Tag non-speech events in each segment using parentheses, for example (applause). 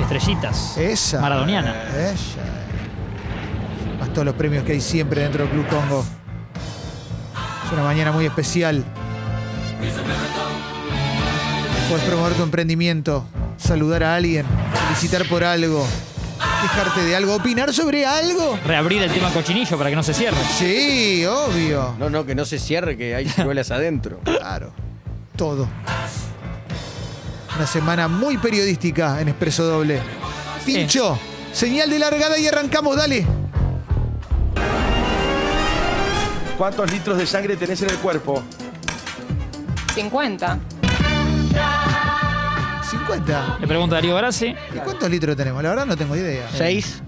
Estrellitas. Esa. Maradoniana. Ella. eh. Más todos los premios que hay siempre dentro del Club Congo. Es una mañana muy especial. Puedes promover tu emprendimiento, saludar a alguien, felicitar por algo, quejarte de algo, opinar sobre algo. Reabrir el tema cochinillo para que no se cierre. Sí, obvio. No, no, que no se cierre, que hay (laughs) ciruelas adentro. Claro. Todo. Una semana muy periodística en Expreso Doble. Pincho, señal de largada y arrancamos, dale. ¿Cuántos litros de sangre tenés en el cuerpo? 50. 50. Le pregunto a Darío Barassi. ¿Y cuántos litros tenemos? La verdad no tengo idea. ¿Seis?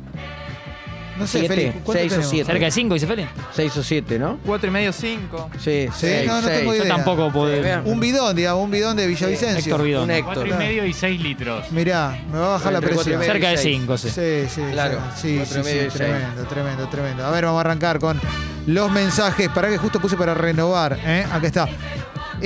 No sé, siete, Feli, ¿cuántos seis o tenemos? siete. Cerca de 5, dice Feli. Seis o siete, ¿no? Cuatro y medio, cinco. Sí, seis, no, no seis. tengo idea. Yo tampoco puedo. vean. Un bidón, digamos, un bidón de Villavicencio. Héctor Bidón. Un Héctor. Cuatro y medio y seis litros. Mirá, me va a bajar la Entre cuatro y presión. medio. Cerca de seis. 5, sí. Sí, sí, Claro, sí, sí, cuatro y sí, medio y seis. tremendo, tremendo, tremendo. A ver, vamos a arrancar con los mensajes. Para que justo puse para renovar. ¿eh? Acá está.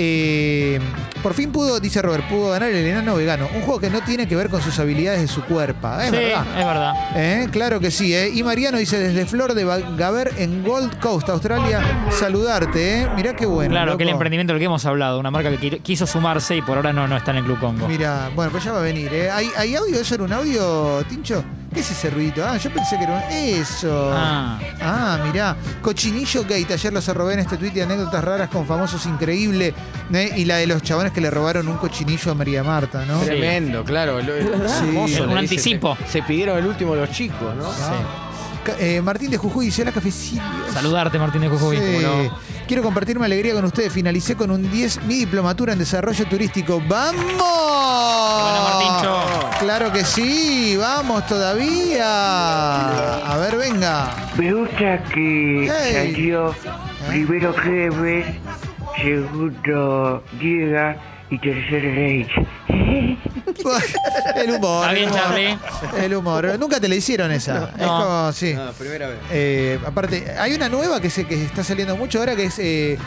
Eh, por fin pudo, dice Robert, pudo ganar el enano vegano. Un juego que no tiene que ver con sus habilidades de su cuerpo. Es sí, verdad. es verdad. Eh, Claro que sí, ¿eh? Y Mariano dice desde Flor de Ba- Gaber en Gold Coast, Australia, saludarte, ¿eh? Mirá qué bueno. claro, loco. que el emprendimiento del que hemos hablado, una marca que qui- quiso sumarse y por ahora no, no está en el Club Congo. Mira, bueno, pues ya va a venir, ¿eh? ¿Hay, hay audio? ¿Eso era un audio, Tincho? ¿Qué es ese ruidito? Ah, yo pensé que era un... Eso. Ah. Ah, mirá. Cochinillo Gate. Ayer los robé en este tweet de anécdotas raras con famosos increíble. ¿eh? Y la de los chabones que le robaron un cochinillo a María Marta, ¿no? Sí. Tremendo, claro. Lo- Sí. le Un dice, anticipo. Se, se pidieron el último los chicos, ¿no? Ah. Ca- eh, Martín de Jujuy dice, hola, cafecillos. Saludarte, Martín de Jujuy. Sí. ¿cómo no? Quiero compartir mi alegría con ustedes. Finalicé con un 10 mi diplomatura en desarrollo turístico. ¡Vamos! Martincho. Claro que sí, vamos todavía. A ver, venga. ¿Eh? Me gusta que Hey. salió primero Cleves, segundo Diega y tercero Reich. (laughs) El humor. Está el bien, humor. Charlie. El humor. Nunca te la hicieron esa. Es No. como, sí. No, Ah, primera vez. Eh, aparte, hay una nueva que, se, que está saliendo mucho ahora que es. eh,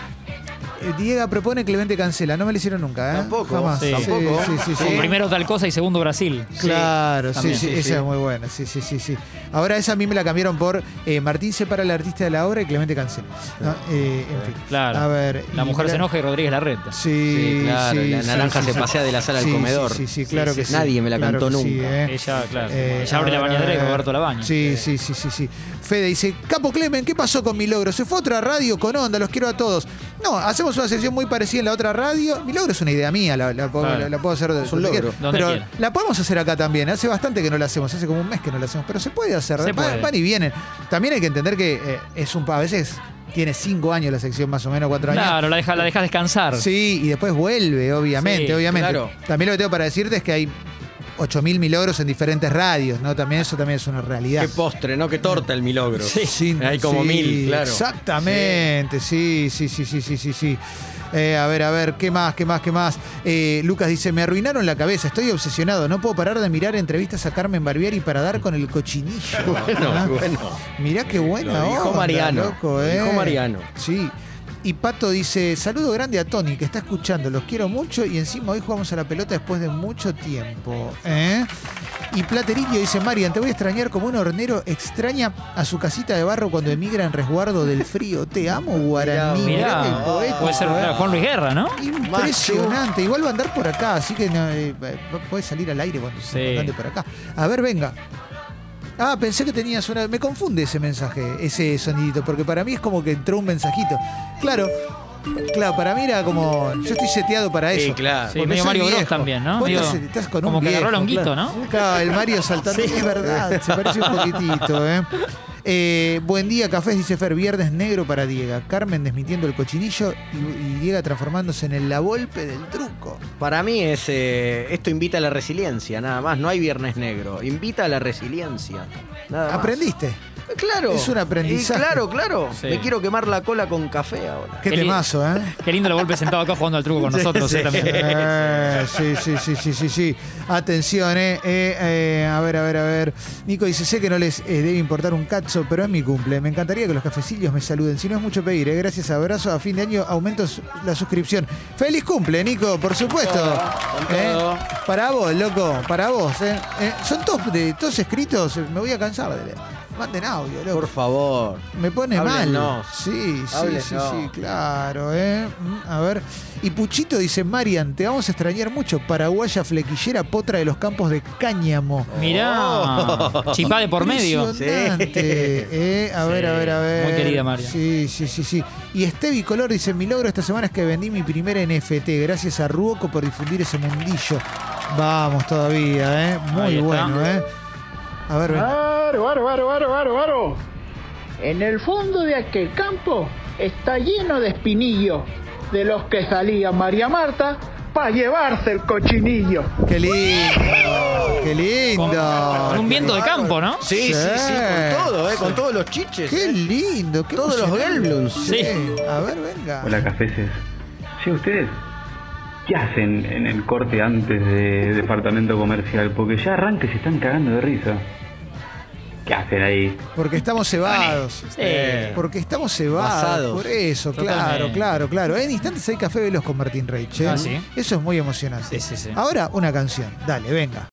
Diega propone Clemente cancela. No me la hicieron nunca, ¿eh? Tampoco, Jamás. sí. tampoco. sí, sí, sí. Sí. Primero tal cosa y segundo Brasil. Claro, sí, también. sí, Sí, esa sí. es muy buena, sí, sí, sí, sí. Ahora esa a mí me la cambiaron por eh, Martín separa al artista de la obra y Clemente cancela. No, eh, en fin. Claro. A ver. La y mujer se mira- enoja y Rodríguez la reta. Sí, Sí, claro, sí, la sí, naranja sí, se sí. pasea de la sala Sí, al comedor. Sí, sí, sí, claro que sí. Nadie me la claro cantó que nunca. sí, ¿eh? Ella, claro. Eh, ella abre a la ver, bañadera y a ver. Roberto la baña. Sí, sí, sí, sí, sí. Fede dice, Capo Clemen, ¿qué pasó con mi logro? Se fue a otra radio con onda, los quiero a todos. No, hacemos una sesión muy parecida en la otra radio. Mi logro es una idea mía, la, la puedo- Claro. la puedo hacer de Es un donde logro. quiera. Donde Pero quiera. la podemos hacer acá también. Hace bastante que no la hacemos, hace como un mes que no la hacemos, pero se puede hacer. Se van, puede. van y vienen. También hay que entender que eh, es un a veces tiene cinco años la sección más o menos, cuatro años. Claro, la dejas la dejas descansar. Sí, y después vuelve, obviamente, Sí, obviamente. claro. También lo que tengo para decirte es que hay 8.000 milagros en diferentes radios, ¿no? También eso también es una realidad. Qué postre, ¿no? Qué torta el milagro. Sin- Hay como sí, mil, claro. Exactamente, sí, sí, sí, sí, sí, sí, sí. Eh, a ver, a ver, ¿qué más, qué más, qué más? Eh, Lucas dice, me arruinaron la cabeza, estoy obsesionado, no puedo parar de mirar entrevistas a Carmen Barbieri para dar con el cochinillo. (laughs) Bueno, Ah, bueno. Mirá qué buena Eh, Lo dijo onda, Mariano. loco, Lo eh. dijo Mariano. Sí. Y Pato dice, saludo grande a Tony, que está escuchando, los quiero mucho y encima hoy jugamos a la pelota después de mucho tiempo. ¿eh? Y Platerillo dice, Marian, te voy a extrañar como un hornero extraña a su casita de barro cuando emigra en resguardo del frío. Te amo, Guaraní. Mirá Mirá, qué poético, puede ser ¿eh? claro, Juan Luis Guerra, ¿no? Impresionante. Igual va a andar por acá, así que no, eh, va- puede salir al aire cuando Sí. se ande por acá. A ver, venga. Ah, pensé que tenías una. Me confunde ese mensaje, ese sonidito, porque para mí es como que entró un mensajito. Claro. Claro, para mí era como. Yo estoy seteado para Sí, eso. claro. Sí, Porque medio soy Mario Bros viejo. también, ¿no? Vos Digo, estás, estás con como un que viejo, agarró el honguito, claro. ¿no? Claro, el Mario saltando. Es verdad, se parece un poquitito, (laughs) ¿eh? Eh, buen día, Cafés, dice Fer, viernes negro para Diego. Carmen desmitiendo el cochinillo y, y Diego transformándose en el la golpe del truco. Para mí es eh, esto invita a la resiliencia, nada más. No hay viernes negro. Invita a la resiliencia. Nada más. ¿Aprendiste? Claro. Es un aprendizaje. Y claro, claro. Sí. Me quiero quemar la cola con café ahora. Qué Qué li- temazo, ¿eh? Qué lindo lo golpe sentado acá jugando al truco con nosotros, sí. eh, también. Eh, sí, sí, sí, sí, sí, sí. Atención, eh, eh, eh, A ver, a ver, a ver. Nico dice, sé que no les eh, debe importar un cacho, pero es mi cumple. Me encantaría que los cafecillos me saluden. Si no es mucho pedir, eh. Gracias, abrazo. A fin de año aumento su- la suscripción. ¡Feliz cumple, Nico! Por supuesto. Eh, todo. Para vos, loco. Para vos, eh. Eh, son todos, de, todos escritos. Me voy a cansar de leer. Manden audio, loco. Por favor. Me pone mal. Háblennos. Sí, sí, Háblennos. sí, sí, claro, ¿eh? Mm, A ver. Y Puchito dice, Marian, te vamos a extrañar mucho. Paraguaya flequillera potra de los campos de cáñamo. Oh. Mirá, chipá de por medio. Impresionante, Sí. ¿eh? A ver, a ver, a ver. Muy querida Marian. Sí, sí, sí, sí. Y Stevie Color dice, mi logro esta semana es que vendí mi primer NFT. Gracias a Ruoco por difundir ese mundillo. Vamos todavía, ¿eh? Ahí Muy está. bueno, ¿eh? A ver, ven. Ah. Varo, varo, varo, varo, varo, varo. En el fondo de aquel campo está lleno de espinillos de los que salía María Marta para llevarse el cochinillo. Qué lindo, qué Con, lindo. con un viento de campo, ¿no? Sí, sí, sí, con todo, eh, con todos los chiches. Qué lindo, qué Todos los emocionante. Gelblums. Sí. A ver, venga. Hola, cafeses. Che, ¿ustedes qué hacen en el corte antes de departamento comercial? Porque ya arranque se están cagando de risa. ¿Qué hacen ahí? Porque estamos cebados. Sí. Eh, Porque estamos cebados. Basados. Por eso, claro, Totalmente. claro, claro. En instantes hay café veloz con Martín Reich. ¿eh? Ah, sí. Eso es muy emocionante. Sí, sí, sí. Ahora una canción. Dale, venga.